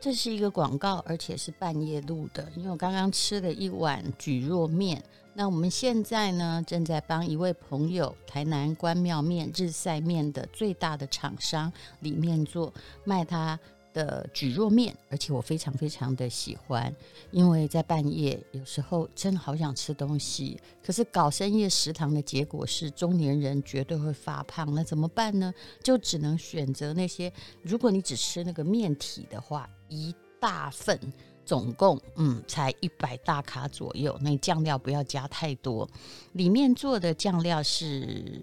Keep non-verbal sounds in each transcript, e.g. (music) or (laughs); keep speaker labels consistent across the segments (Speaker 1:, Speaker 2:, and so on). Speaker 1: 这是一个广告，而且是半夜录的，因为我刚刚吃了一碗蒟蒻面。那我们现在呢，正在帮一位朋友台南关庙面日晒面的最大的厂商里面做卖他的蒟蒻面，而且我非常非常的喜欢，因为在半夜有时候真的好想吃东西，可是搞深夜食堂的结果是中年人绝对会发胖，那怎么办呢？就只能选择那些，如果你只吃那个面体的话，一大份。总共嗯才一百大卡左右，那酱料不要加太多。里面做的酱料是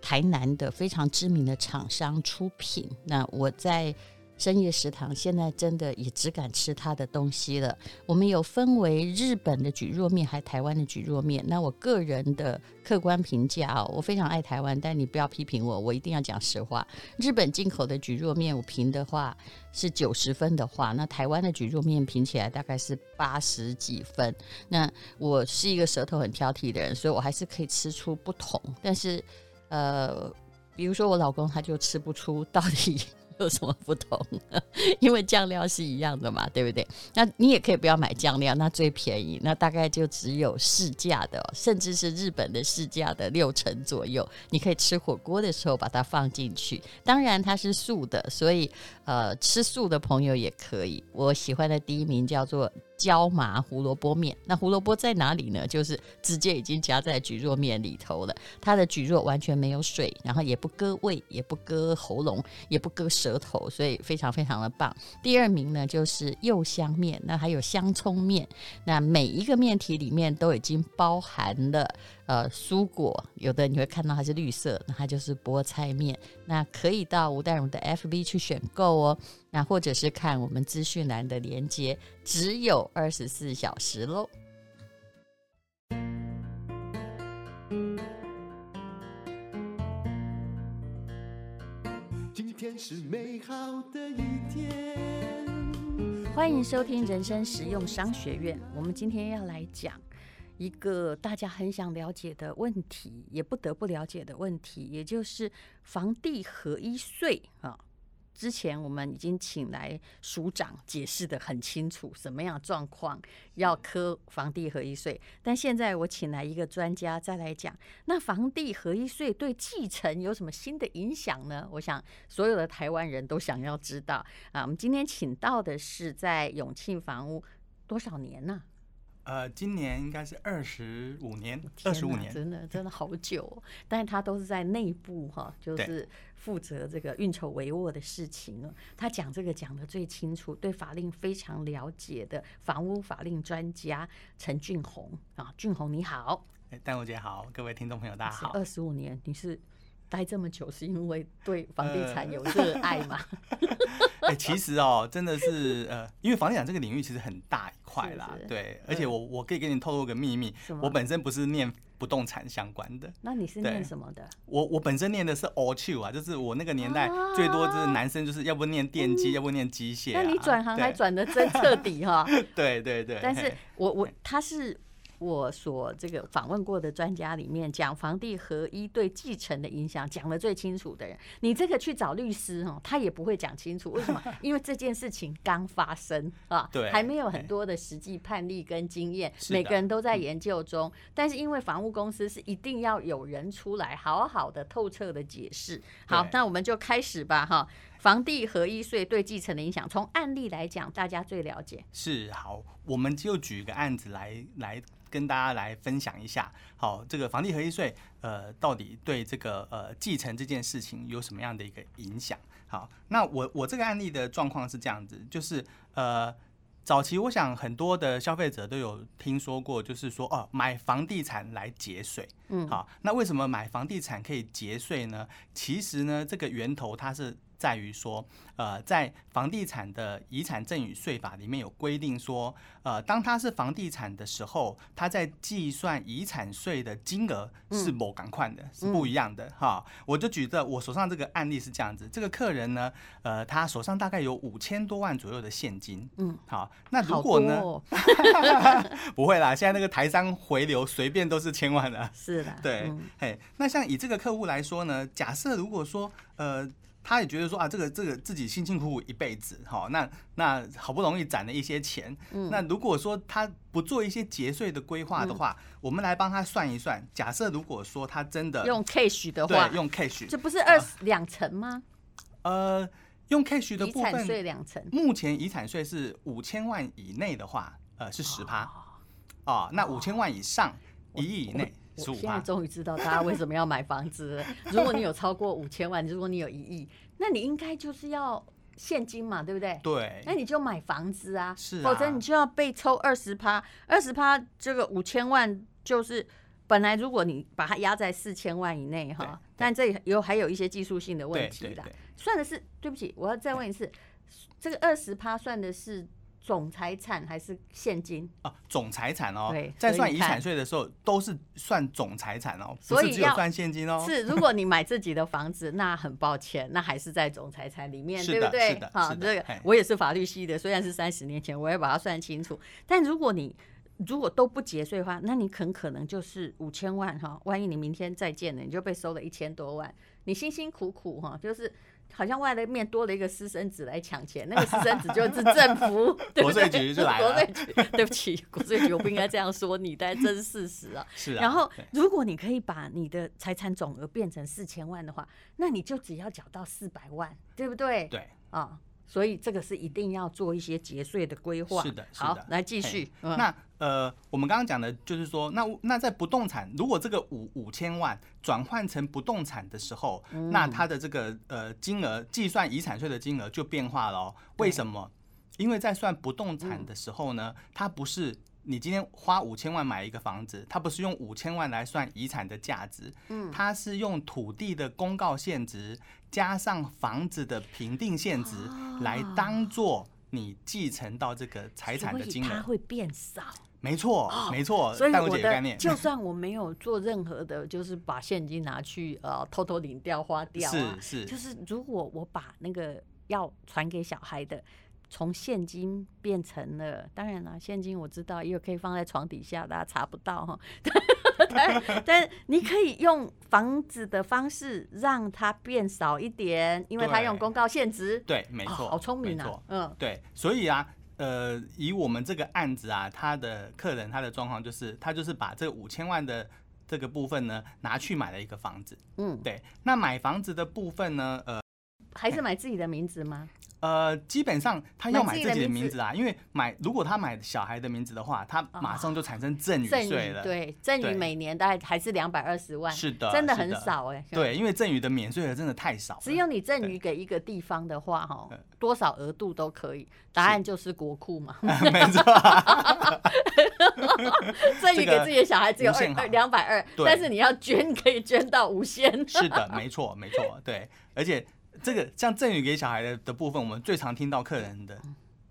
Speaker 1: 台南的非常知名的厂商出品。那我在深夜食堂现在真的也只敢吃它的东西了。我们有分为日本的蒟蒻面，还台湾的蒟蒻面。那我个人的客观评价哦，我非常爱台湾，但你不要批评我，我一定要讲实话。日本进口的蒟蒻面，我评的话是九十分的话，那台湾的蒟蒻面评起来大概是八十几分。那我是一个舌头很挑剔的人，所以我还是可以吃出不同。但是，呃，比如说我老公他就吃不出到底有什么不同，因为酱料是一样的嘛，对不对？那你也可以不要买酱料，那最便宜，那大概就只有市价的哦、甚至是日本的市价的六成左右。你可以吃火锅的时候把它放进去，当然它是素的，所以呃，吃素的朋友也可以。我喜欢的第一名叫做椒麻胡萝卜面。 (laughs) 那胡萝卜在哪里呢？就是直接已经夹在蒟蒻面里头了。它的蒟蒻完全没有水，然后也不割胃，也不割喉咙，也不割舌头，所以非常非常的棒。第二名呢就是柚香面，那还有香葱面。那每一个面体里面都已经包含了呃蔬果，有的你会看到它是绿色，那它就是菠菜面。那可以到吴淡如的 FB 去选购哦，那或者是看我们资讯栏的连接，只有二十四小时喽。
Speaker 2: 今天是美好的一天。
Speaker 3: 欢迎收听人生实用商学院。我们今天要来讲一个大家很想了解的问题，也不得不了解的问题，也就是房地合一税啊。之前我们已经请来署长解释的很清楚，什么样的状况要科房地合一税。但现在我请来一个专家再来讲，那房地合一税对继承有什么新的影响呢？我想所有的台湾人都想要知道啊。我们今天请到的是在永庆房屋多少年呢、
Speaker 4: 呃，今年应该是二十五年，二
Speaker 3: 天
Speaker 4: 十五
Speaker 3: 哪
Speaker 4: 年，
Speaker 3: 真的真的好久、哦，但是他都是在内部哈、就
Speaker 4: 对
Speaker 3: 是负责这个运筹帷幄的事情哦。他讲这个讲的最清楚，对法令非常了解的房屋法令专家陈俊宏啊，俊宏你好，
Speaker 4: 哎丹如姐好，各位听众朋友大啊家好。
Speaker 3: 二十五年你是待这么久是因为对房地产
Speaker 4: 呃
Speaker 3: 有热爱吗？ (laughs)
Speaker 4: 哎、其实哦，真的是呃，因为房地产这个领域其实很大一块
Speaker 3: 是
Speaker 4: 啦，
Speaker 3: 是嗯
Speaker 4: 对，而且我我可以给你透露个秘密
Speaker 3: 什么，
Speaker 4: 我本身不是念不动产相关的，
Speaker 3: 那你是
Speaker 4: 对
Speaker 3: 念什么的？
Speaker 4: 我我本身念的是 all t 啊，就是我那个年代
Speaker 3: 啊嗯
Speaker 4: 最多就是男生就是要不念电机，要不念机械、啊。
Speaker 3: 那你转行还
Speaker 4: 对？
Speaker 3: 转的真彻底哈、
Speaker 4: (laughs) 对对 (laughs) 对。
Speaker 3: 但是
Speaker 4: 嘿
Speaker 3: 我我他是我所这个访问过的专家里面讲房地合一对继承的影响讲的最清楚的人。你这个去找律师哦，他也不会讲清楚，为
Speaker 4: (laughs)
Speaker 3: 什么？因为这件事情刚发生啊，
Speaker 4: 对
Speaker 3: 还没有很多的实际判例跟经验，
Speaker 4: 是的
Speaker 3: 每个人都在研究中。但是因为房屋公司是一定要有人出来好好的透彻的解释。好
Speaker 4: 对，
Speaker 3: 那我们就开始吧哈。房地合一税对继承的影响，从案例来讲，大家最了解。
Speaker 4: 是好，我们就举一个案子来来跟大家来分享一下。好，这个房地合一税，呃，到底对这个呃继承这件事情有什么样的一个影响？好，那我我这个案例的状况是这样子，就是呃。早期我想很多的消费者都有听说过，就是说哦，买房地产来节税。
Speaker 3: 嗯
Speaker 4: 好，那为什么买房地产可以节税呢？其实呢，这个源头它是在于说，呃，在房地产的遗产赠与税法里面有规定说，呃，当它是房地产的时候，它在计算遗产税的金额
Speaker 3: 嗯
Speaker 4: 是某赶快的，是不一样的哈。我就举着我手上这个案例是这样子，这个客人呢，呃，他手上大概有五千多万左右的现金，
Speaker 3: 嗯，
Speaker 4: 好，那如
Speaker 3: 好
Speaker 4: 果
Speaker 3: 多
Speaker 4: 呢，
Speaker 3: 哦、
Speaker 4: (laughs) 不会啦，现在那个台商回流随便都是千万的。
Speaker 3: 是啦，
Speaker 4: 对
Speaker 3: 嗯，
Speaker 4: 嘿，那像以这个客户来说呢，假设如果说呃他也觉得说啊，这个这个自己辛辛苦苦一辈子，哈、那那好不容易攒了一些钱，
Speaker 1: 嗯
Speaker 4: 那如果说他不做一些节税的规划的话，
Speaker 1: 嗯
Speaker 4: 我们来帮他算一算，假设如果说他真的
Speaker 1: 用 cash 的话
Speaker 4: 对，用啊 cash，
Speaker 1: 这不是二十两层吗？
Speaker 4: 呃，用 cash 的
Speaker 1: 遗
Speaker 4: 部
Speaker 1: 产税
Speaker 4: 分，
Speaker 1: 两层，
Speaker 4: 目前遗产税是五千万以内的话，呃是十趴哦，那五千万以上一亿以内
Speaker 1: 我
Speaker 4: 十五
Speaker 1: 现在
Speaker 4: 趴，
Speaker 1: 终于知道大家为什么要买房子了。如果你有超过五千万，如果你有一亿，那你应该就是要现金嘛，对不对？
Speaker 4: 对
Speaker 1: 那，你就买房子啊，
Speaker 4: 是
Speaker 1: 否则
Speaker 4: 啊
Speaker 1: 你就要被抽二十趴，二十趴这个五千万就是本来如果你把它压在四千万以内
Speaker 4: 对
Speaker 1: 哈，但这里有还有一些技术性的问
Speaker 4: 对
Speaker 1: 题
Speaker 4: 对
Speaker 1: 啦
Speaker 4: 对。。
Speaker 1: 算的是，对不起，我要再问一次，这个二十趴算的是总财产还是现金？
Speaker 4: 啊，总财产哦
Speaker 1: 对，
Speaker 4: 在
Speaker 1: 所以
Speaker 4: 算
Speaker 1: 你
Speaker 4: 遗
Speaker 1: 看
Speaker 4: 产税的时候都是算总财产哦，不
Speaker 1: 所
Speaker 4: 是
Speaker 1: 以
Speaker 4: 只有
Speaker 1: 要
Speaker 4: 算现金哦。
Speaker 1: 是，如果你买自己的房子， (laughs) 那很抱歉，那还是在总财产里面，
Speaker 4: 是
Speaker 1: 对
Speaker 4: 的
Speaker 1: 不对
Speaker 4: 是的？
Speaker 1: 好，
Speaker 4: 是的
Speaker 1: 这个
Speaker 4: 嘿
Speaker 1: 我也是法律系的，虽然是三十年前，我也把它算清楚。但如果你如果都不节税的话，那你很可能就是五千万哈，万一你明天再见了，你就被收了一千多万，你辛辛苦苦哈，就是。好像外面多了一个私生子来抢钱，那个私生子就是政
Speaker 4: (laughs)
Speaker 1: 府，对不
Speaker 4: 国税
Speaker 1: 对？
Speaker 4: 局就
Speaker 1: (laughs)
Speaker 4: 来
Speaker 1: 国
Speaker 4: 了
Speaker 1: 税局，对不起，国税局我不应该这样说你，但这是事实啊。
Speaker 4: 是啊，
Speaker 1: 然后
Speaker 4: 对，
Speaker 1: 如果你可以把你的财产总额变成四千万的话，那你就只要缴到四百万，对不对？
Speaker 4: 对，
Speaker 1: 啊、所以这个是一定要做一些节税的规划。
Speaker 4: 是的是
Speaker 1: 好
Speaker 4: 的，
Speaker 1: 来继
Speaker 4: 嘿
Speaker 1: 续。嗯
Speaker 4: 那呃，我们刚刚讲的就是说，那那在不动产，如果这个五五千万转换成不动产的时候，
Speaker 1: 嗯
Speaker 4: 那它的这个呃金额计算遗产税的金额就变化了、哦。为什么？因为在算不动产的时候
Speaker 1: 嗯
Speaker 4: 呢，它不是你今天花五千万买一个房子，它不是用五千万来算遗产的价值，嗯，它是用土地的公告现值加上房子的评定现值
Speaker 1: 啊
Speaker 4: 来当做你继承到这个财产的
Speaker 1: 所以
Speaker 4: 金
Speaker 1: 它
Speaker 4: 额。
Speaker 1: 会变少，
Speaker 4: 没错，没错，
Speaker 1: 哦所以
Speaker 4: 戴茹
Speaker 1: 我
Speaker 4: 姐的概
Speaker 1: 的
Speaker 4: 念 (laughs)
Speaker 1: 就算我没有做任何的，就是把现金拿去呃偷偷领掉花掉啊，
Speaker 4: 是，
Speaker 1: 就是是如果我把那个要传给小孩的，从现金变成了，当然了，现金我知道也有可以放在床底下，大家查不到哈。 (laughs) 但但你可以用房子的方式让它变少一点，因为它用
Speaker 4: 对
Speaker 1: 公告限值。
Speaker 4: 对，没
Speaker 1: 哦
Speaker 4: 错，
Speaker 1: 好聪明
Speaker 4: 没
Speaker 1: 啊
Speaker 4: 错！
Speaker 1: 嗯，
Speaker 4: 对，所以啊，呃，以我们这个案子啊，他的客人他的状况就是，他就是把这五千万的这个部分呢，拿去买了一个房子。
Speaker 1: 嗯，
Speaker 4: 对，那买房子的部分呢，呃
Speaker 1: 还是买自己的名字吗？
Speaker 4: 呃，基本上他要
Speaker 1: 买
Speaker 4: 买
Speaker 1: 自己
Speaker 4: 自己
Speaker 1: 的
Speaker 4: 的
Speaker 1: 名哦
Speaker 4: 名字啊，因为买如果他买小孩的名字的话，他马上就产生赠与
Speaker 1: 赠
Speaker 4: 税
Speaker 1: 与
Speaker 4: 了。
Speaker 1: 对，赠与
Speaker 4: 对
Speaker 1: 每年大概还是两百二十万，
Speaker 4: 是的
Speaker 1: 真的
Speaker 4: 是
Speaker 1: 很
Speaker 4: 的
Speaker 1: 少哎、嗯
Speaker 4: 对，因为赠与的免税额真的太少了。
Speaker 1: 只有你赠
Speaker 4: 对
Speaker 1: 予给一个地方的话，哈
Speaker 4: 嗯，
Speaker 1: 多少额度都可以。答案就是国库嘛，
Speaker 4: (laughs) 没错，
Speaker 1: 赠予给自己的小孩只有
Speaker 4: 无限好
Speaker 1: 二两百二，
Speaker 4: 对
Speaker 1: 但是你要捐可以捐到无限。
Speaker 4: 是的，没错，没错，对，而且这个像赠与给小孩的的部分，我们最常听到客人的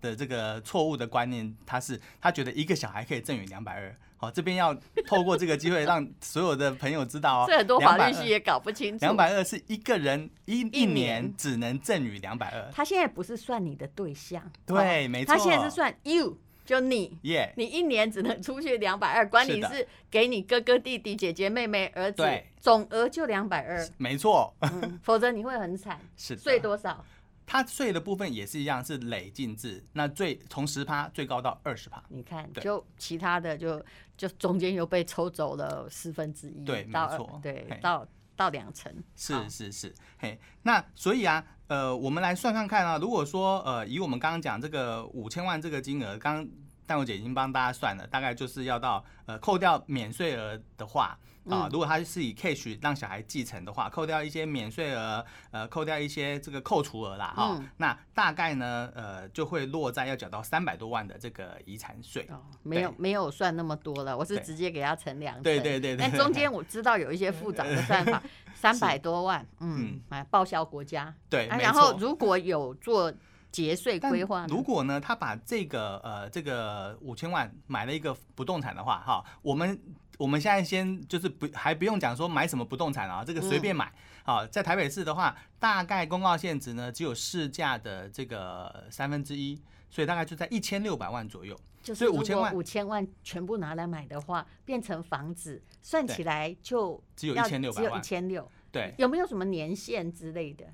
Speaker 4: 的这个错误的观念，他是他觉得一个小孩可以赠与两百二，好，这边要透过这个机会让所有的朋友知道哦，
Speaker 1: (laughs) 这很多法律系也搞不清楚。
Speaker 4: 两，百二是一个人一
Speaker 1: 一
Speaker 4: 一
Speaker 1: 年
Speaker 4: 年只能赠与两百二，
Speaker 1: 他现在不是算你的对象，
Speaker 4: 对
Speaker 1: 哦
Speaker 4: 没
Speaker 1: 他现在
Speaker 4: 错
Speaker 1: 是算 you，就你。
Speaker 4: 耶，
Speaker 1: 你一年只能出去两百二，管
Speaker 4: 是
Speaker 1: 你
Speaker 4: 的
Speaker 1: 是给你哥哥、弟弟、姐姐、妹妹、儿子
Speaker 4: 对，
Speaker 1: 总额就两百二，
Speaker 4: 没错，
Speaker 1: 嗯否则你会很惨。
Speaker 4: 是的
Speaker 1: 税多少？
Speaker 4: 他税的部分也是一样，是累进制，那最从十趴最高到二十趴，
Speaker 1: 你看，
Speaker 4: 对
Speaker 1: 就其他的就就中间又被抽走了四分之一，
Speaker 4: 对
Speaker 1: 到
Speaker 4: 没
Speaker 1: 二
Speaker 4: 错
Speaker 1: 对
Speaker 4: 嘿，
Speaker 1: 到到两成，好
Speaker 4: 是是是，嘿，那所以啊，呃，我们来算看看啊，如果说呃，以我们刚刚讲这个五千万这个金额，刚刚戴茹姐已经帮大家算了，大概就是要到呃扣掉免税额的话。
Speaker 1: 嗯
Speaker 4: 啊，如果他是以 cash 让小孩继承的话，扣掉一些免税额，呃，扣掉一些这个扣除额啦，哈、
Speaker 1: 嗯
Speaker 4: 那大概呢，呃，就会落在要缴到三百多万的这个遗产税。
Speaker 1: 哦，没有
Speaker 4: 对
Speaker 1: 没有算那么多了，我是
Speaker 4: 对
Speaker 1: 直接给他乘两成，
Speaker 4: 对对对对
Speaker 1: 但中间我知道有一些复杂的算
Speaker 4: (laughs)
Speaker 1: 法，三百多万，嗯
Speaker 4: 嗯，
Speaker 1: 啊，报销国家，
Speaker 4: 对，
Speaker 1: 啊
Speaker 4: 没
Speaker 1: 然后
Speaker 4: 错
Speaker 1: 如果有做节税
Speaker 4: 但
Speaker 1: 规划呢，
Speaker 4: 如果呢，他把这个呃这个五千万买了一个不动产的话，哈，我们我们现在先就是不还不用讲说买什么不动产啊，这个随便买。
Speaker 1: 嗯
Speaker 4: 好，在台北市的话，大概公告限值呢只有市价的这个三分之一，所以大概就在一千六百万左右。
Speaker 1: 就是
Speaker 4: 所以
Speaker 1: 如
Speaker 4: 5000
Speaker 1: 果
Speaker 4: 万
Speaker 1: 五千万全部拿来买的话，变成房子，算
Speaker 4: 对
Speaker 1: 起来就
Speaker 4: 只有
Speaker 1: 要
Speaker 4: 1600
Speaker 1: 只有一
Speaker 4: 万
Speaker 1: 千六，
Speaker 4: 对，
Speaker 1: 有没有什么年限之类的？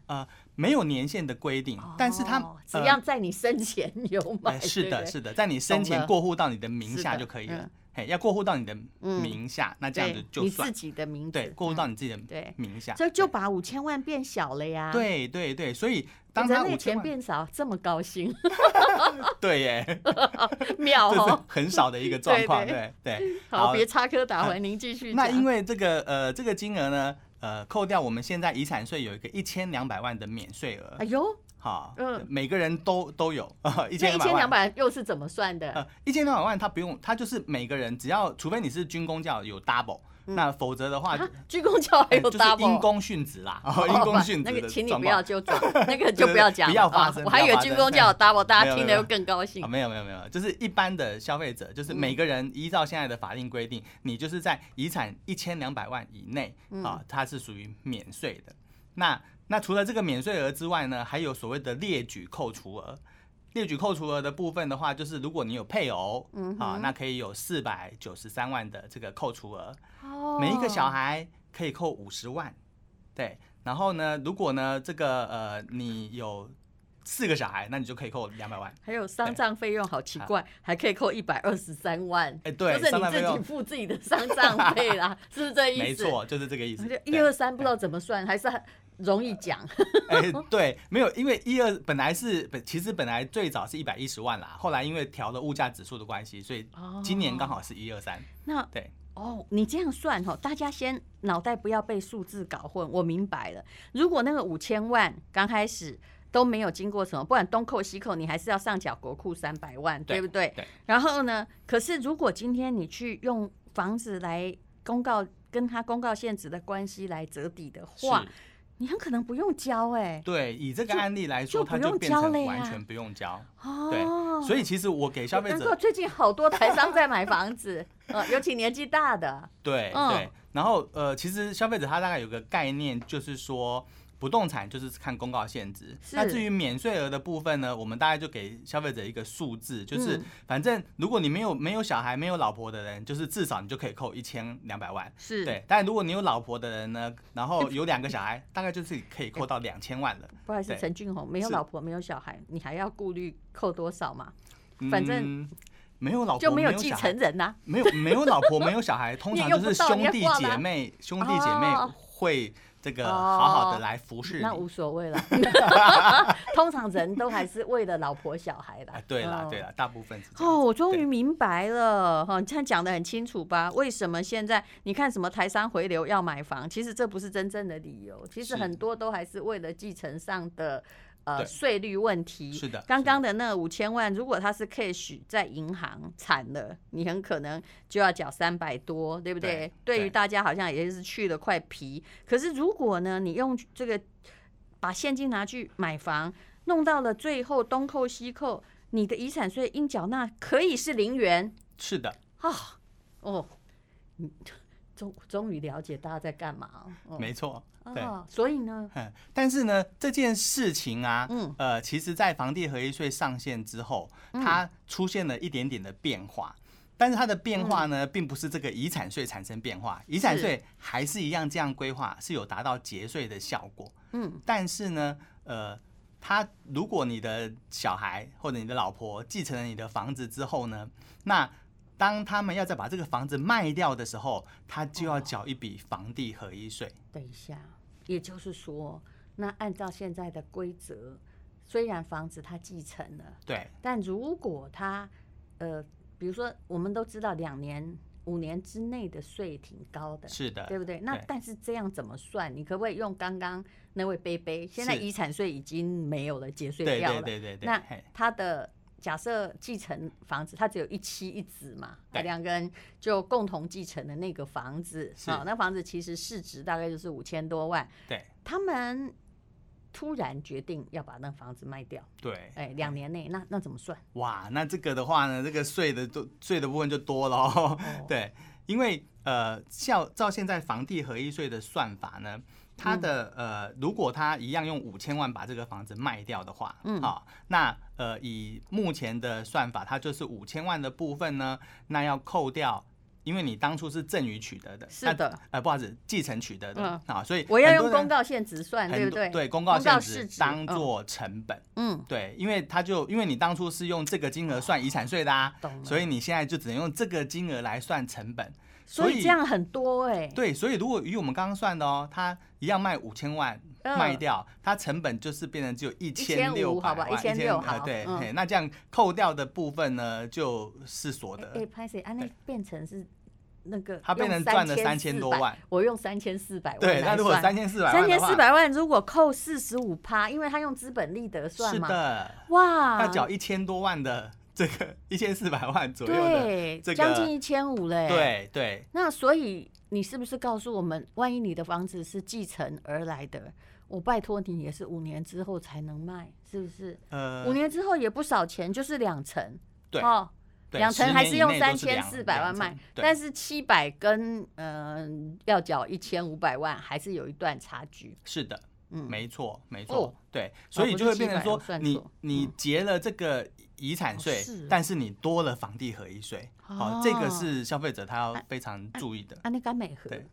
Speaker 4: 没有年限的规定，但是它
Speaker 1: 哦只
Speaker 4: 呃
Speaker 1: 要在你生前有买，
Speaker 4: 哎是
Speaker 1: 对
Speaker 4: 的，
Speaker 1: 不对
Speaker 4: 是的，在你生
Speaker 1: 懂
Speaker 4: 前
Speaker 1: 了
Speaker 4: 过户到你的名
Speaker 1: 是
Speaker 4: 下
Speaker 1: 的
Speaker 4: 就可以
Speaker 1: 嗯
Speaker 4: 了。嘿，要过户到你的
Speaker 1: 嗯
Speaker 4: 名下，那这样子
Speaker 1: 对
Speaker 4: 就
Speaker 1: 你
Speaker 4: 算
Speaker 1: 自己的名字，
Speaker 4: 对，过户到你自己
Speaker 1: 嗯
Speaker 4: 的
Speaker 1: 对
Speaker 4: 名下，
Speaker 1: 嗯，这就
Speaker 4: 对
Speaker 1: 把五千万变小了呀。哎，
Speaker 4: 对对对，所以当
Speaker 1: 人
Speaker 4: 他
Speaker 1: 类
Speaker 4: 五千
Speaker 1: 钱
Speaker 4: 万，
Speaker 1: 变少，这么高兴， (laughs)
Speaker 4: 对耶，
Speaker 1: 妙
Speaker 4: 这是
Speaker 1: 哦！
Speaker 4: 很少的一
Speaker 1: (laughs)
Speaker 4: 个状况，
Speaker 1: 对啊
Speaker 4: 对 (laughs) 对。
Speaker 1: (laughs) 好，
Speaker 4: 好
Speaker 1: 别插科打诨，
Speaker 4: 嗯
Speaker 1: 您继续
Speaker 4: 那
Speaker 1: 讲。
Speaker 4: 因为这个呃这个金额呢，呃，扣掉我们现在遗产税有一个一千两百万的免税
Speaker 1: 哎
Speaker 4: 额，
Speaker 1: 呦，
Speaker 4: 好
Speaker 1: 嗯，
Speaker 4: 每个人都都有 (laughs) 一
Speaker 1: 那一
Speaker 4: 千两百
Speaker 1: 千两
Speaker 4: 万。
Speaker 1: 百又是怎么算的？
Speaker 4: 呃，一千两百万，他不用，他就是每个人只要，除非你是军工教有 double，、
Speaker 1: 嗯
Speaker 4: 那否则的话，
Speaker 1: 啊，鞠躬教还
Speaker 4: 哎
Speaker 1: 有
Speaker 4: 就是因
Speaker 1: double。
Speaker 4: 公殉职啦，哦因公殉职
Speaker 1: (laughs) 那
Speaker 4: 的
Speaker 1: 个，请你
Speaker 4: 状
Speaker 1: 不要
Speaker 4: 况
Speaker 1: 纠
Speaker 4: (laughs)
Speaker 1: 正，那个就不要讲了。
Speaker 4: 不要发生
Speaker 1: 啊我还以为
Speaker 4: 不要发
Speaker 1: 鞠
Speaker 4: 生
Speaker 1: 躬教有 double，大
Speaker 4: 没
Speaker 1: 家
Speaker 4: 有
Speaker 1: 听
Speaker 4: 没
Speaker 1: 了
Speaker 4: 有
Speaker 1: 又更高兴
Speaker 4: 啊，。没有没有没有，就是一般的消费者，
Speaker 1: 嗯
Speaker 4: 就是每个人依照现在的法定规定，你就是在遗产一千两百万以内
Speaker 1: 嗯
Speaker 4: 啊，它是属于免税的。那那除了这个免税额之外呢，还有所谓的列举扣除额。列举扣除额的部分的话，就是如果你有配偶，
Speaker 1: 嗯
Speaker 4: 啊，
Speaker 1: 哼
Speaker 4: 那可以有四百九十三万的这个扣除额。
Speaker 1: 哦
Speaker 4: 啊每一个小孩可以扣五十万，对。然后呢，如果呢这个呃你有四个小孩，那你就可以扣两百万。
Speaker 1: 还有丧葬费用，好奇怪，还可以扣一百二十三万。
Speaker 4: 哎对
Speaker 1: 就是
Speaker 4: 丧
Speaker 1: 你
Speaker 4: 葬
Speaker 1: 自
Speaker 4: 费
Speaker 1: 己
Speaker 4: 用
Speaker 1: 付自己的丧葬费
Speaker 4: (laughs)
Speaker 1: 啦，是不是这意思？
Speaker 4: 没，错，就是这个意思。
Speaker 1: 就
Speaker 4: 对
Speaker 1: 一二三不知道怎么算，还是很容易讲。 (laughs)
Speaker 4: 哎，对，没有，因为一二本来是本其实本来最早是一百一十万啦，后来因为调了物价指数的关系，所以
Speaker 1: 哦
Speaker 4: 今年刚好是一二三。
Speaker 1: 那
Speaker 4: 对，
Speaker 1: 哦，你这样算哦，大家先脑袋不要被数字搞混。我明白了，如果那个五千万刚开始都没有经过什么，不管东扣西扣，你还是要上缴国库三百万，对
Speaker 4: 对
Speaker 1: 不对？
Speaker 4: 对
Speaker 1: 然后呢，可是如果今天你去用房子来公告跟他公告限值的关系来折抵的话
Speaker 4: 是，，
Speaker 1: 你很可能不用交哎、
Speaker 4: 对，以这个
Speaker 1: 就
Speaker 4: 案例来
Speaker 1: 就
Speaker 4: 说，
Speaker 1: 不
Speaker 4: 它就
Speaker 1: 用
Speaker 4: 变
Speaker 1: 交
Speaker 4: 成
Speaker 1: 了
Speaker 4: 完
Speaker 1: 呀
Speaker 4: 全不用交。对
Speaker 1: 哦，，
Speaker 4: 所以其实我给消费
Speaker 1: 难
Speaker 4: 者
Speaker 1: 怪最近好多台商在买房子， (laughs) 呃，尤其年纪大的，
Speaker 4: 对、
Speaker 1: 嗯
Speaker 4: 对，然后呃，其实消费者他大概有个概念，就是说不动产就是看公告限值。那
Speaker 1: 是
Speaker 4: 至于免税额的部分呢，我们大概就给消费者一个数字，就是、
Speaker 1: 嗯
Speaker 4: 反正如果你没有没有小孩、没有老婆的人，就是至少你就可以扣一千两百万。
Speaker 1: 是
Speaker 4: 对，但如果你有老婆的人呢，然
Speaker 1: (laughs)
Speaker 4: 后有两个小孩，大概就是可以扣到两千万了。
Speaker 1: 不好意思，
Speaker 4: 对
Speaker 1: 陈俊宏没有
Speaker 4: 是
Speaker 1: 老婆，没有小孩，你还要顾虑扣多少嘛？反正
Speaker 4: 嗯没有老婆
Speaker 1: 就没
Speaker 4: 没
Speaker 1: 有
Speaker 4: 有
Speaker 1: 继
Speaker 4: 小孩
Speaker 1: 承人啊呐、
Speaker 4: 没有没有老婆没有小孩，通常就是兄弟姐妹兄弟姐妹
Speaker 1: 啊哦
Speaker 4: 会这个好好的来服侍你。
Speaker 1: 那无所
Speaker 4: (laughs)
Speaker 1: 谓了。 (laughs) 通常人都还是为了老婆小孩啦
Speaker 4: 啊，。对啦
Speaker 1: 哦
Speaker 4: 对啦，大部分是这样
Speaker 1: 哦，我终于
Speaker 4: 对
Speaker 1: 明白了哈！你看讲的很清楚吧？为什么现在你看什么台商回流要买房？其实这不是真正的理由，其实
Speaker 4: 是
Speaker 1: 很多都还是为了继承上的呃
Speaker 4: 对
Speaker 1: 税率问题。
Speaker 4: 是的
Speaker 1: 刚
Speaker 4: 是的
Speaker 1: 刚的那五千万，如果它是 cash 在银行产了，你很可能就要缴三百多，对不对
Speaker 4: 对？
Speaker 1: 对于
Speaker 4: 对
Speaker 1: 大家好像也是去了块皮。可是如果呢，你用这个把现金拿去买房，弄到了最后东扣西扣，你的遗产税应缴纳可以是零元
Speaker 4: 是的，
Speaker 1: 啊、哦，嗯 (laughs) 终终于了解大家在干嘛哦。
Speaker 4: 没错，对。
Speaker 1: 哦，所以呢，
Speaker 4: 嗯但是呢，这件事情啊，
Speaker 1: 嗯
Speaker 4: 呃，其实，在房地合一税上线之后，它出现了一点点的变化。但是它的变化呢，并不是这个遗产税产生变化，遗产
Speaker 1: 嗯是
Speaker 4: 税还是一样这样规划，是有达到节税的效果。
Speaker 1: 嗯，
Speaker 4: 但是呢，呃，他如果你的小孩或者你的老婆继承了你的房子之后呢，那当他们要再把这个房子卖掉的时候，他就
Speaker 1: 哦
Speaker 4: 要缴一笔房地合一税。
Speaker 1: 等一下，也就是说，那按照现在的规则，虽然房子他继承了，
Speaker 4: 对，
Speaker 1: 但如果他呃，比如说我们都知道两年、五年之内的税挺高的，
Speaker 4: 是的，
Speaker 1: 对不对？那
Speaker 4: 对
Speaker 1: 但是这样怎么算？你可不可以用刚刚那位贝贝？现在
Speaker 4: 是
Speaker 1: 遗产税已经没有了，节税
Speaker 4: 对
Speaker 1: 掉
Speaker 4: 对
Speaker 1: 了。
Speaker 4: 对对对，
Speaker 1: 那
Speaker 4: 嘿
Speaker 1: 他的假设继承房子，他只有一妻一子嘛，
Speaker 4: 对
Speaker 1: 两个人就共同继承的那个房子，啊
Speaker 4: 是
Speaker 1: 好、那房子其实市值大概就是五千多万，
Speaker 4: 对
Speaker 1: 他们突然决定要把那房子卖掉，
Speaker 4: 对，
Speaker 1: 哎，两年内，那那怎么算？
Speaker 4: 哇，那这个的话呢，这个税的多税的部分就多了哦。对，因为呃，像照现在房地合一税的算法呢，它的、
Speaker 1: 嗯
Speaker 4: 呃，如果它一样用五千万把这个房子卖掉的话，
Speaker 1: 嗯
Speaker 4: 好、那呃，以目前的算法，它就是五千万的部分呢，那要扣掉因为你当初是赠与取得的，
Speaker 1: 是的嗯
Speaker 4: 那，呃，不好意思，继承取得的啊、所以
Speaker 1: 我要
Speaker 4: 很
Speaker 1: 用
Speaker 4: 多人
Speaker 1: 公告现值算，
Speaker 4: 很
Speaker 1: 对不
Speaker 4: 多
Speaker 1: 对？
Speaker 4: 对，公告
Speaker 1: 公告
Speaker 4: 现
Speaker 1: 市
Speaker 4: 值
Speaker 1: 值
Speaker 4: 当
Speaker 1: 嗯
Speaker 4: 做成本。
Speaker 1: 嗯，
Speaker 4: 对，因为他就因为你当初是用这个金额算遗产税的、啊
Speaker 1: 懂了，
Speaker 4: 所以你现在就只能用这个金额来算成本。
Speaker 1: 所以这样很多哎、
Speaker 4: 对，所以如果以我们刚刚算的哦，他一样卖五千万
Speaker 1: 嗯
Speaker 4: 卖掉，它成本就是变成只有一千六
Speaker 1: 1500好
Speaker 4: 百
Speaker 1: 吧
Speaker 4: 万，
Speaker 1: 1600
Speaker 4: 1000
Speaker 1: 好
Speaker 4: 呃对、
Speaker 1: 嗯
Speaker 4: 嘿那这样扣掉的部分呢，就是所得。
Speaker 1: 哎，拍谁啊？那
Speaker 4: 对
Speaker 1: 变成是那个用3400，
Speaker 4: 它变成赚了3400多万
Speaker 1: 我用三千四百万
Speaker 4: 对，
Speaker 1: 来
Speaker 4: 那如果
Speaker 1: 算
Speaker 4: 三千四百
Speaker 1: 三
Speaker 4: 万
Speaker 1: 千
Speaker 4: 的
Speaker 1: 四
Speaker 4: 话，
Speaker 1: 百万，如果扣四十五趴，因为他用资本利得算啊
Speaker 4: 是
Speaker 1: 嘛，
Speaker 4: 的，
Speaker 1: 哇，
Speaker 4: 要缴一千多万的这个一千四百万左右的，
Speaker 1: 对，
Speaker 4: 这个
Speaker 1: 将近一千五嘞。，
Speaker 4: 对对，
Speaker 1: 那所以你是不是告诉我们，万一你的房子是继承而来的，我拜托你也是五年之后才能卖，是不是？
Speaker 4: 呃，
Speaker 1: 五年之后也不少钱，就是两成，
Speaker 4: 对
Speaker 1: 哦，
Speaker 4: 对
Speaker 1: 两成
Speaker 4: 10
Speaker 1: 还
Speaker 4: 年
Speaker 1: 是
Speaker 4: 以
Speaker 1: 用
Speaker 4: 内都
Speaker 1: 三
Speaker 4: 是
Speaker 1: 千
Speaker 4: 两
Speaker 1: 四百万卖
Speaker 4: 两成，对
Speaker 1: 但是七百跟嗯、要缴一千五百万，还是有一段差距。
Speaker 4: 是的，
Speaker 1: 嗯，
Speaker 4: 没错，没
Speaker 1: 哦
Speaker 4: 错，对，所以
Speaker 1: 不
Speaker 4: 就是会变
Speaker 1: 700
Speaker 4: 成
Speaker 1: 我
Speaker 4: 说
Speaker 1: 算，
Speaker 4: 你
Speaker 1: 错
Speaker 4: 你
Speaker 1: 嗯
Speaker 4: 结了这个遗产
Speaker 1: 哦
Speaker 4: 税
Speaker 1: 是，
Speaker 4: 但是你多了房地合一税，好，这个是消费者他要
Speaker 1: 啊
Speaker 4: 非常注意的。
Speaker 1: 啊，那甘美和
Speaker 4: 对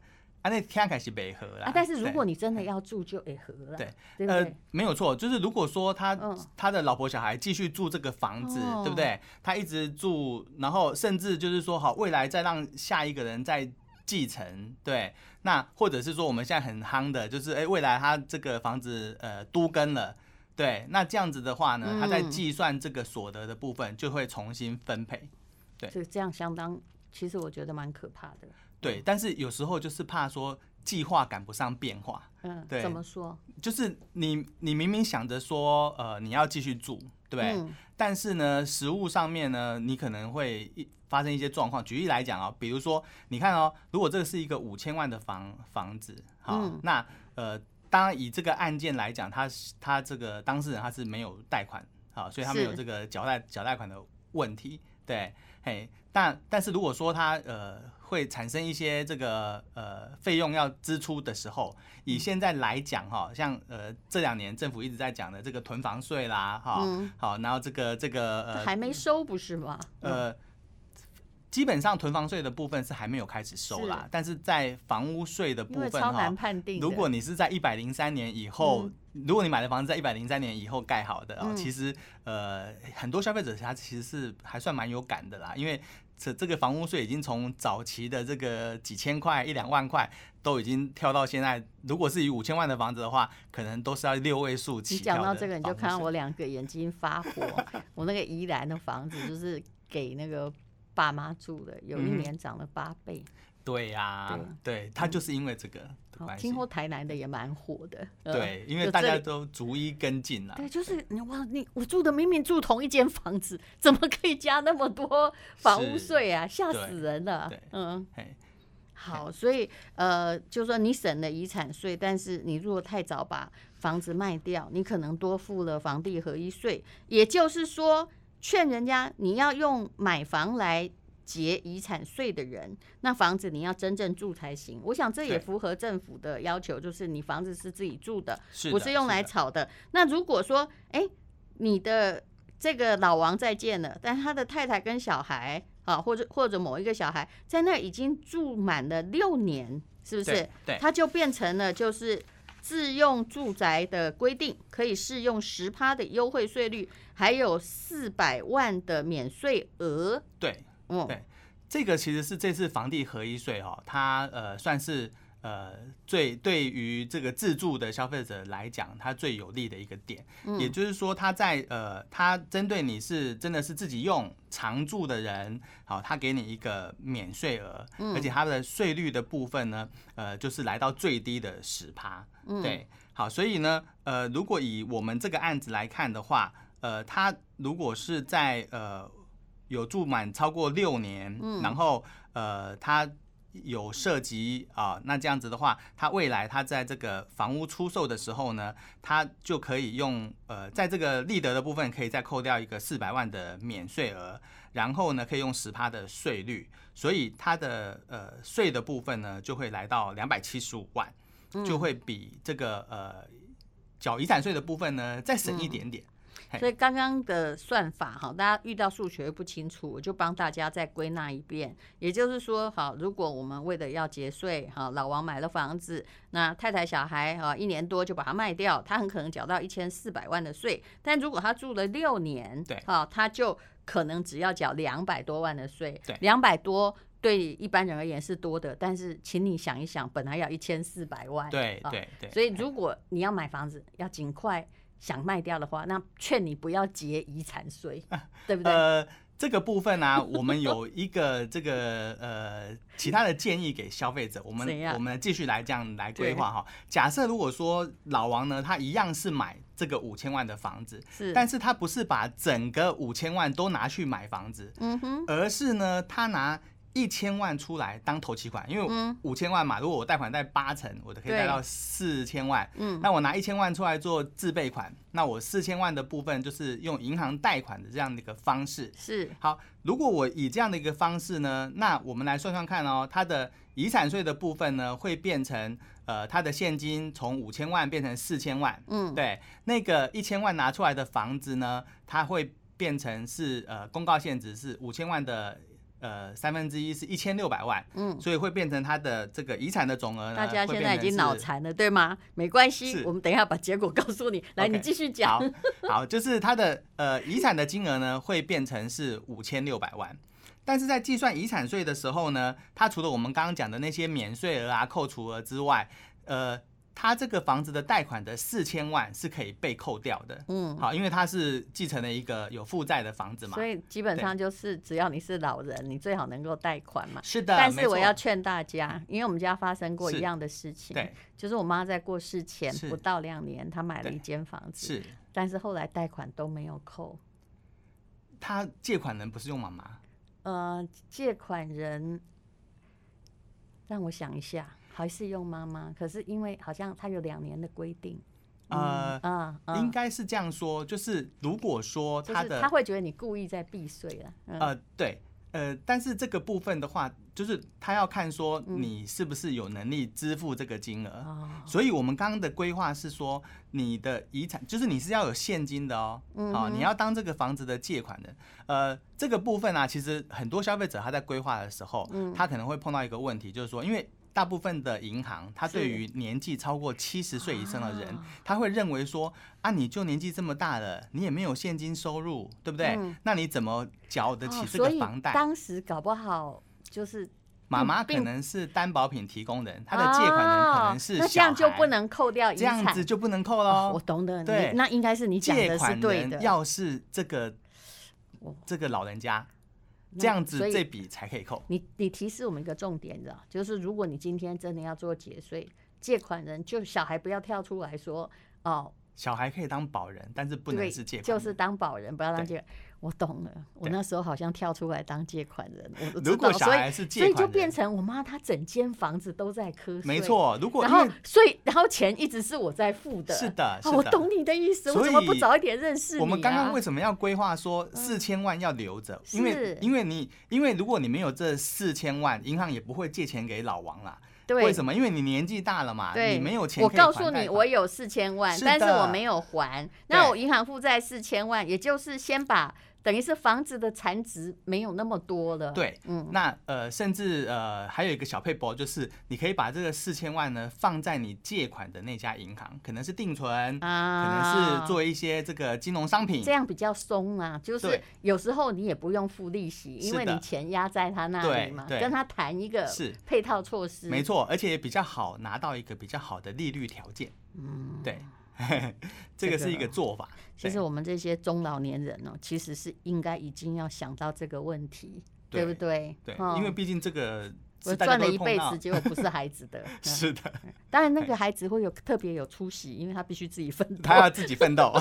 Speaker 4: 啊，那天开始北合啦
Speaker 1: 啊，，但是如
Speaker 4: 对
Speaker 1: 果你真的要住，就也合了，
Speaker 4: 对
Speaker 1: 对不
Speaker 4: 呃
Speaker 1: 对？，
Speaker 4: 没有错，就是如果说他、
Speaker 1: 嗯
Speaker 4: 他的老婆小孩继续住这个房子，
Speaker 1: 哦
Speaker 4: 对不对？他一直住，然后甚至就是说，好，未来再让下一个人再继承，对。那或者是说，我们现在很夯的，就是哎，未来他这个房子呃都更了。对，那这样子的话呢，
Speaker 1: 嗯
Speaker 4: 他在计算这个所得的部分就会重新分配。对
Speaker 1: 这这样相当，其实我觉得蛮可怕的。
Speaker 4: 对，但是有时候就是怕说计划赶不上变化，
Speaker 1: 嗯，
Speaker 4: 对
Speaker 1: 怎么说？
Speaker 4: 就是你你明明想着说，呃，你要继续住，对不对？
Speaker 1: 嗯
Speaker 4: 但是呢，食物上面呢，你可能会一发生一些状况。举例来讲啊、比如说，你看哦，如果这是一个五千万的房房子，好，
Speaker 1: 嗯
Speaker 4: 那呃，当然以这个案件来讲，他是他这个当事人他是没有贷款，好，所以他没有
Speaker 1: 是
Speaker 4: 这个缴贷缴贷款的问题，对，嘿，但但是如果说他呃会产生一些这个呃费用要支出的时候，以现在来讲哈，像呃这两年政府一直在讲的这个囤房税啦，哈、
Speaker 1: 嗯
Speaker 4: 好，然后这个这个
Speaker 1: 这
Speaker 4: 呃
Speaker 1: 还没收不是吗？嗯，
Speaker 4: 呃，基本上囤房税的部分是还没有开始收啦，但是在房屋税的
Speaker 1: 因
Speaker 4: 部
Speaker 1: 为
Speaker 4: 分
Speaker 1: 超
Speaker 4: 哈
Speaker 1: 难，判定的。
Speaker 4: 如果你是在一百零三年以后，如果你买的房子在一百零三年以后盖好的哦，
Speaker 1: 嗯
Speaker 4: 其实呃很多消费者他其实是还算蛮有感的啦，因为。这这个房屋税已经从早期的这个几千块、一两万块，都已经跳到现在。如果是以五千万的房子的话，可能都是要六位数起
Speaker 1: 你
Speaker 4: 跳
Speaker 1: 讲
Speaker 4: 的
Speaker 1: 到这个，你就
Speaker 4: 房屋
Speaker 1: 看到
Speaker 4: 税
Speaker 1: 我两个眼睛发火。啊
Speaker 4: (laughs)
Speaker 1: 我那个宜兰的房子就是给那个爸妈住的，有一
Speaker 4: 嗯哼
Speaker 1: 年涨了八倍。
Speaker 4: 对呀、对，他就是因为这个的
Speaker 1: 好
Speaker 4: 关系
Speaker 1: 哦听。说台南的也蛮火的。嗯
Speaker 4: 对，因为
Speaker 1: 就
Speaker 4: 大
Speaker 1: 这
Speaker 4: 家
Speaker 1: 里
Speaker 4: 都逐一跟进啦。
Speaker 1: 对，就是你哇，你我住的明明住同一间房子，怎么可以加那么多房屋
Speaker 4: 是
Speaker 1: 税啊？吓
Speaker 4: 对
Speaker 1: 死人了
Speaker 4: 对。
Speaker 1: 嗯，
Speaker 4: 嘿，
Speaker 1: 好，所以呃，就说你省了遗产税，但是你如果太早把房子卖掉，你可能多付了房地合一税。也就是说，劝人家你要用买房来结遗产税的人，那房子你要真正住才行。我想这也
Speaker 4: 对
Speaker 1: 符合政府的要求，就是你房子是自己住的，
Speaker 4: 是
Speaker 1: 不
Speaker 4: 的
Speaker 1: 是用来
Speaker 4: 的
Speaker 1: 炒的。那如果说，哎、你的这个老王再见了，但他的太太跟小孩啊，或者或者某一个小孩在那儿已经住满了六年，是不是
Speaker 4: 对？对
Speaker 1: 他就变成了就是自用住宅的规定，可以适用十趴的优惠税率，还有四百万的免税额。
Speaker 4: 对，
Speaker 1: 嗯，
Speaker 4: 对这个其实是这次房地合一税哦，它呃算是呃最对于这个自住的消费者来讲，它最有利的一个点。也就是说，它在呃它针对你是真的是自己用常住的人，好、它给你一个免税额，而且它的税率的部分呢，呃就是来到最低的十趴。对，好，所以呢，呃，如果以我们这个案子来看的话，呃，他如果是在呃有住满超过六年，
Speaker 1: 嗯
Speaker 4: 然后呃他有涉及啊、那这样子的话，他未来他在这个房屋出售的时候呢，他就可以用呃在这个利得的部分可以再扣掉一个四百万的免税额，然后呢可以用十趴的税率，所以它的呃税的部分呢就会来到两百七十五万。
Speaker 1: 嗯
Speaker 4: 就会比这个呃缴遗产税的部分呢再省一点点。嘿
Speaker 1: 所以刚刚的算法哈，大家遇到数学不清楚，我就帮大家再归纳一遍。也就是说，好，如果我们为了要节税，哈，老王买了房子，那太太小孩哈一年多就把它卖掉，他很可能缴到一千四百万的税。但如果他住了六年，
Speaker 4: 对
Speaker 1: 哈，他就可能只要缴两百多万的税，
Speaker 4: 对
Speaker 1: 两百多。对一般人而言是多的，但是请你想一想，本来要一千四百万，
Speaker 4: 对
Speaker 1: 啊
Speaker 4: 对对，
Speaker 1: 所以如果你要买房子，要尽快想卖掉的话，那劝你不要结遗产
Speaker 4: (laughs)
Speaker 1: 税，对不对？
Speaker 4: 呃，这个部分呢、啊
Speaker 1: (laughs)
Speaker 4: 我们有一个这个呃其他的建议给消费者，我们
Speaker 1: 怎样
Speaker 4: 我们继续来这样来规
Speaker 1: 对
Speaker 4: 划哈。假设如果说老王呢，他一样是买这个五千万的房子，
Speaker 1: 是，
Speaker 4: 但是他不是把整个五千万都拿去买房子，
Speaker 1: 嗯哼，
Speaker 4: 而是呢，他拿一千万出来当头期款，因为
Speaker 1: 嗯
Speaker 4: 五千万嘛，如果我贷款贷八成，我就可以
Speaker 1: 对
Speaker 4: 贷到四千万。
Speaker 1: 嗯，
Speaker 4: 那我拿一千万出来做自备款，那我四千万的部分就是用银行贷款的这样的一个方式。
Speaker 1: 是
Speaker 4: 好，如果我以这样的一个方式呢，那我们来算算看哦，它的遗产税的部分呢会变成呃，它的现金从五千万变成四千万，
Speaker 1: 嗯
Speaker 4: 对，那个一千万拿出来的房子呢，它会变成是呃公告现值是五千万的呃三分之一是一千六百万，
Speaker 1: 嗯。
Speaker 4: 所以会变成它的这个遗产的总额呢，
Speaker 1: 大家
Speaker 4: 呃会
Speaker 1: 现
Speaker 4: 变
Speaker 1: 在已
Speaker 4: 成
Speaker 1: 经脑
Speaker 4: 是
Speaker 1: 残了，对吗？没关系，
Speaker 4: 是
Speaker 1: 我们等一下把结果告诉你。来
Speaker 4: OK，
Speaker 1: 你继续讲。
Speaker 4: 好，好，就是它的呃遗产的金额呢会变成是五千六百万。但是在计算遗产税的时候呢，它除了我们刚刚讲的那些免税额啊、扣除额之外，呃，它这个房子的贷款的四千万是可以被扣掉的。
Speaker 1: 嗯，
Speaker 4: 好，因为它是继承了一个有负债的房子嘛。
Speaker 1: 所以基本
Speaker 4: 对
Speaker 1: 上就是，只要你是老人，你最好能够贷款嘛。
Speaker 4: 是的，
Speaker 1: 但
Speaker 4: 没
Speaker 1: 是我
Speaker 4: 错
Speaker 1: 要劝大家，因为我们家发生过
Speaker 4: 是
Speaker 1: 一样的事情，
Speaker 4: 对
Speaker 1: 就是我妈在过世前
Speaker 4: 是
Speaker 1: 不到两年，她买了
Speaker 4: 对
Speaker 1: 一间房子，
Speaker 4: 是
Speaker 1: 但是后来贷款都没有扣。
Speaker 4: 他借款人不是用妈妈，
Speaker 1: 呃，借款人让我想一下，还是用妈妈，可是因为好像他有两年的规定，
Speaker 4: 呃，
Speaker 1: 啊、啊
Speaker 4: 应该是这样说，就是如果说
Speaker 1: 就
Speaker 4: 他
Speaker 1: 是
Speaker 4: 的
Speaker 1: 他会觉得你故意在避税了，嗯、
Speaker 4: 呃，对，呃，但是这个部分的话，就是他要看说你是不是有能力支付这个金额。
Speaker 1: 哦，
Speaker 4: 所以我们刚刚的规划是说，你的遗产就是你是要有现金的哦，
Speaker 1: 嗯
Speaker 4: 好、
Speaker 1: 哼
Speaker 4: 你要当这个房子的借款人。呃，这个部分啊，其实很多消费者他在规划的时候，
Speaker 1: 嗯
Speaker 4: 他可能会碰到一个问题，就是说，因为大部分的银行，他对
Speaker 1: 是
Speaker 4: 于年纪超过七十岁以上的人
Speaker 1: 啊，
Speaker 4: 他会认为说，啊，你就年纪这么大了，你也没有现金收入，对不对？
Speaker 1: 嗯
Speaker 4: 那你怎么缴得
Speaker 1: 哦
Speaker 4: 起这
Speaker 1: 所
Speaker 4: 个
Speaker 1: 以
Speaker 4: 房贷？
Speaker 1: 当时搞不好就是
Speaker 4: 妈妈可
Speaker 1: 并
Speaker 4: 能是担保品提供人，他的借款人可能
Speaker 1: 哦
Speaker 4: 是
Speaker 1: 那这样
Speaker 4: 小
Speaker 1: 就
Speaker 4: 孩
Speaker 1: 不能扣掉遗
Speaker 4: 这
Speaker 1: 产，
Speaker 4: 样子就不能扣
Speaker 1: 哦
Speaker 4: 喽。
Speaker 1: 我懂得，
Speaker 4: 对
Speaker 1: 你那应该是你讲
Speaker 4: 借
Speaker 1: 的是
Speaker 4: 款
Speaker 1: 对
Speaker 4: 人
Speaker 1: 的，
Speaker 4: 要是这个
Speaker 1: 哦
Speaker 4: 这个老人家，
Speaker 1: 那
Speaker 4: 这样
Speaker 1: 所
Speaker 4: 子
Speaker 1: 以
Speaker 4: 这笔才可以扣。
Speaker 1: 你你提示我们一个重点，你知道，就是如果你今天真的要做节税，借款人就小孩不要跳出来说哦，
Speaker 4: 小孩可以当保人，但是不
Speaker 1: 对
Speaker 4: 能是借款
Speaker 1: 就
Speaker 4: 人。
Speaker 1: 是当保人，不要当
Speaker 4: 对
Speaker 1: 借。我懂了，我
Speaker 4: 对
Speaker 1: 那时候好像跳出来当借款人，我
Speaker 4: (laughs)
Speaker 1: 我知
Speaker 4: 如果
Speaker 1: 道
Speaker 4: 小
Speaker 1: 所以
Speaker 4: 孩是借
Speaker 1: 所以
Speaker 4: 款
Speaker 1: 就
Speaker 4: 人
Speaker 1: 变成我妈她整间房子都在瞌睡，
Speaker 4: 没。错。如果
Speaker 1: 然
Speaker 4: 因
Speaker 1: 后
Speaker 4: 为，
Speaker 1: 所以，然后钱一直是我在付的。
Speaker 4: 是的
Speaker 1: 哦
Speaker 4: 是
Speaker 1: 我
Speaker 4: 的
Speaker 1: 懂你的意思。我
Speaker 4: 所
Speaker 1: 怎么不
Speaker 4: 以
Speaker 1: 早一点认识你、啊？嗯
Speaker 4: 我们刚刚为什么要规划说四千万要留着？因
Speaker 1: 是
Speaker 4: 为因为你因为如果你没有这四千万，银行也不会借钱给老王啦。
Speaker 1: 对
Speaker 4: 为什么？因为你年纪大了嘛，
Speaker 1: 对，
Speaker 4: 啊你没有钱
Speaker 1: 我
Speaker 4: 可以还
Speaker 1: 告
Speaker 4: 贷款。
Speaker 1: 诉你，我有四千万，
Speaker 4: 是
Speaker 1: 但是
Speaker 4: 的
Speaker 1: 我没有还。那我银行负债四千万，也就是先把等于是房子的残值没有那么多了。，
Speaker 4: 对，
Speaker 1: 嗯
Speaker 4: 那呃，甚至呃，还有一个小配博，就是你可以把这个四千万呢放在你借款的那家银行，可能是定存，可
Speaker 1: 啊，
Speaker 4: 能是做一些这个金融商品
Speaker 1: 这。样比较松啊。就是
Speaker 4: 对
Speaker 1: 有时候你也不用付利息，因
Speaker 4: 是
Speaker 1: 为
Speaker 4: 的
Speaker 1: 你钱压在他那里
Speaker 4: 对
Speaker 1: 嘛，
Speaker 4: 对
Speaker 1: 跟他谈一个
Speaker 4: 是
Speaker 1: 配套措施。
Speaker 4: 没，错，而且也比较好拿到一个比较好的利率条件。
Speaker 1: 嗯，
Speaker 4: 对， (laughs) 这个是一
Speaker 1: 这个
Speaker 4: 个做法。
Speaker 1: 其实
Speaker 4: 对
Speaker 1: 我们这些中老年人哦，其实是应该已经要想到这个问题，对
Speaker 4: 对
Speaker 1: 不对？
Speaker 4: 对
Speaker 1: 哦，
Speaker 4: 因为毕竟这个
Speaker 1: 我
Speaker 4: 是大家
Speaker 1: 赚
Speaker 4: 都
Speaker 1: 了
Speaker 4: 会
Speaker 1: 一
Speaker 4: 碰
Speaker 1: 辈
Speaker 4: 到 (laughs)
Speaker 1: 子，结果不是孩子的。嗯
Speaker 4: 是的，
Speaker 1: 当然，那个孩子会有特别有出息，因为他必须自己奋斗
Speaker 4: 哎 (laughs) 他。要自己奋斗。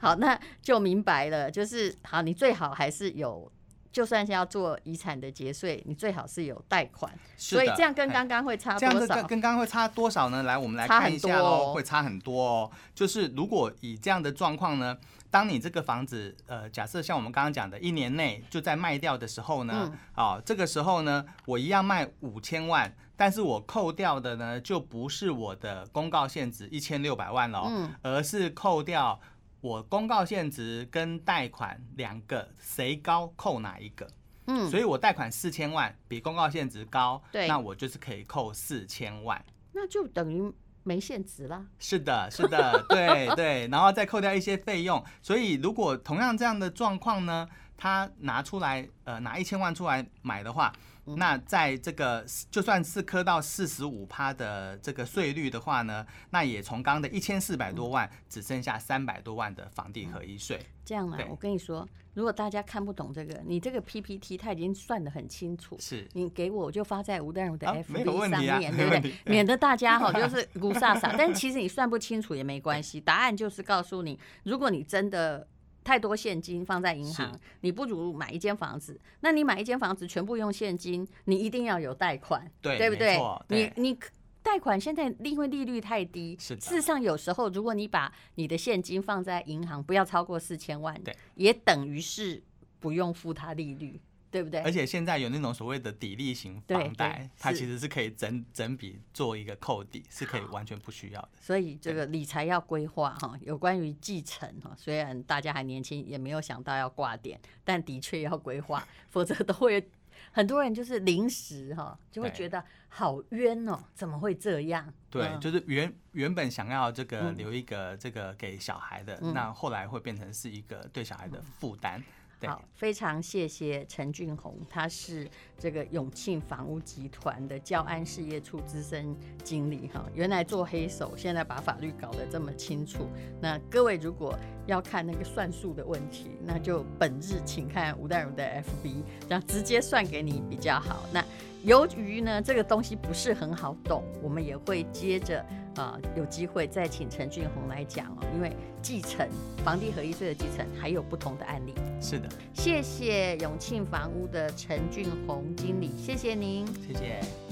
Speaker 1: 好，那就明白了，就是好，你最好还是有，就算是要做遗产的节税，你最好是有贷款，
Speaker 4: 是
Speaker 1: 所以
Speaker 4: 的哎
Speaker 1: 这样跟
Speaker 4: 嘿
Speaker 1: 刚刚会差
Speaker 4: 这样
Speaker 1: 多
Speaker 4: 子跟
Speaker 1: 少？
Speaker 4: 跟刚刚会差多少呢？来，我们来
Speaker 1: 差
Speaker 4: 看
Speaker 1: 很
Speaker 4: 一下
Speaker 1: 多
Speaker 4: 喽，
Speaker 1: 哦
Speaker 4: 会差很多哦。就是如果以这样的状况呢，当你这个房子，呃，假设像我们刚刚讲的，一年内就在卖掉的时候呢，
Speaker 1: 嗯
Speaker 4: 哦，这个时候呢，我一样卖五千万，但是我扣掉的哦呢，就不是我的公告现值一千六百万了，
Speaker 1: 嗯
Speaker 4: 而是扣掉。我公告现值跟贷款两个谁高扣哪一个。
Speaker 1: 嗯，
Speaker 4: 所以我贷款四千万，比公告现值高，
Speaker 1: 对
Speaker 4: 那我就是可以扣四千万。
Speaker 1: 那就等于没现值啦。(laughs)
Speaker 4: 是的，是的，对对，然后再扣掉一些费用，所以如果同样这样的状况呢，他拿出来呃拿一千万出来买的话，
Speaker 1: 嗯
Speaker 4: 那在这个就算是科到四十五趴的这个税率的话呢，那也从刚刚的一千四百多
Speaker 1: 嗯
Speaker 4: 万只剩下三百多万的房地合一税。
Speaker 1: 这样啊
Speaker 4: 对，
Speaker 1: 我跟你说，如果大家看不懂这个，你这个 PPT 它已经算得很清楚。
Speaker 4: 是
Speaker 1: 你给我，我就发在吴淡如的
Speaker 4: 啊没有
Speaker 1: FB
Speaker 4: 问
Speaker 1: 上
Speaker 4: 题啊
Speaker 1: 面，
Speaker 4: 没
Speaker 1: 对不
Speaker 4: 问
Speaker 1: 对
Speaker 4: 题？
Speaker 1: (laughs)
Speaker 4: 对
Speaker 1: 免得大家哈就是古飒飒，但其实你算不清楚也没关系。答案就是告诉你，如果你真的太多现金放在银行
Speaker 4: 是，
Speaker 1: 你不如买一间房子。那你买一间房子全部用现金，你一定要有贷款，
Speaker 4: 对
Speaker 1: 不
Speaker 4: 没
Speaker 1: 对
Speaker 4: 错？
Speaker 1: 你
Speaker 4: 对
Speaker 1: 你可。贷款现在因为利率太低，
Speaker 4: 是的
Speaker 1: 事实上有时候如果你把你的现金放在银行，不要超过四千万，
Speaker 4: 对，
Speaker 1: 也等于是不用付它利率，对不对？
Speaker 4: 而且现在有那种所谓的抵利型
Speaker 1: 哎对
Speaker 4: 房
Speaker 1: 对
Speaker 4: 贷，它
Speaker 1: 是
Speaker 4: 其实是可以整整笔做一个扣抵，是可以完全不需要的。
Speaker 1: 所以这
Speaker 4: 对
Speaker 1: 个理财要规划哈，有关于继承哈，虽然大家还年轻，也没有想到要挂点，但的确要规
Speaker 4: (laughs)
Speaker 1: 划，否则都会有很多人就是临时哈，就会
Speaker 4: 对
Speaker 1: 觉得好冤哦，怎么会这样？
Speaker 4: 对，
Speaker 1: 嗯
Speaker 4: 就是原原本想要这个
Speaker 1: 嗯
Speaker 4: 留一个这个给小孩的，
Speaker 1: 嗯
Speaker 4: 那后来会变成是一个对小孩的负担。对，
Speaker 1: 好，非常谢谢陈俊宏，他是这个永庆房屋集团的教安事业处资深经理哈。原来做黑手，现在把法律搞得这么清楚。那各位如果要看那个算数的问题，那就本日请看吴淡如的 FB，这样直接算给你比较好。那由于呢这个东西不是很好懂，我们也会接着啊、有机会再请陈俊宏来讲哦，因为继承房地合一税的继承还有不同的案例。
Speaker 4: 是的，
Speaker 1: 谢谢永庆房屋的陈俊宏经理，谢谢您。
Speaker 4: 谢谢。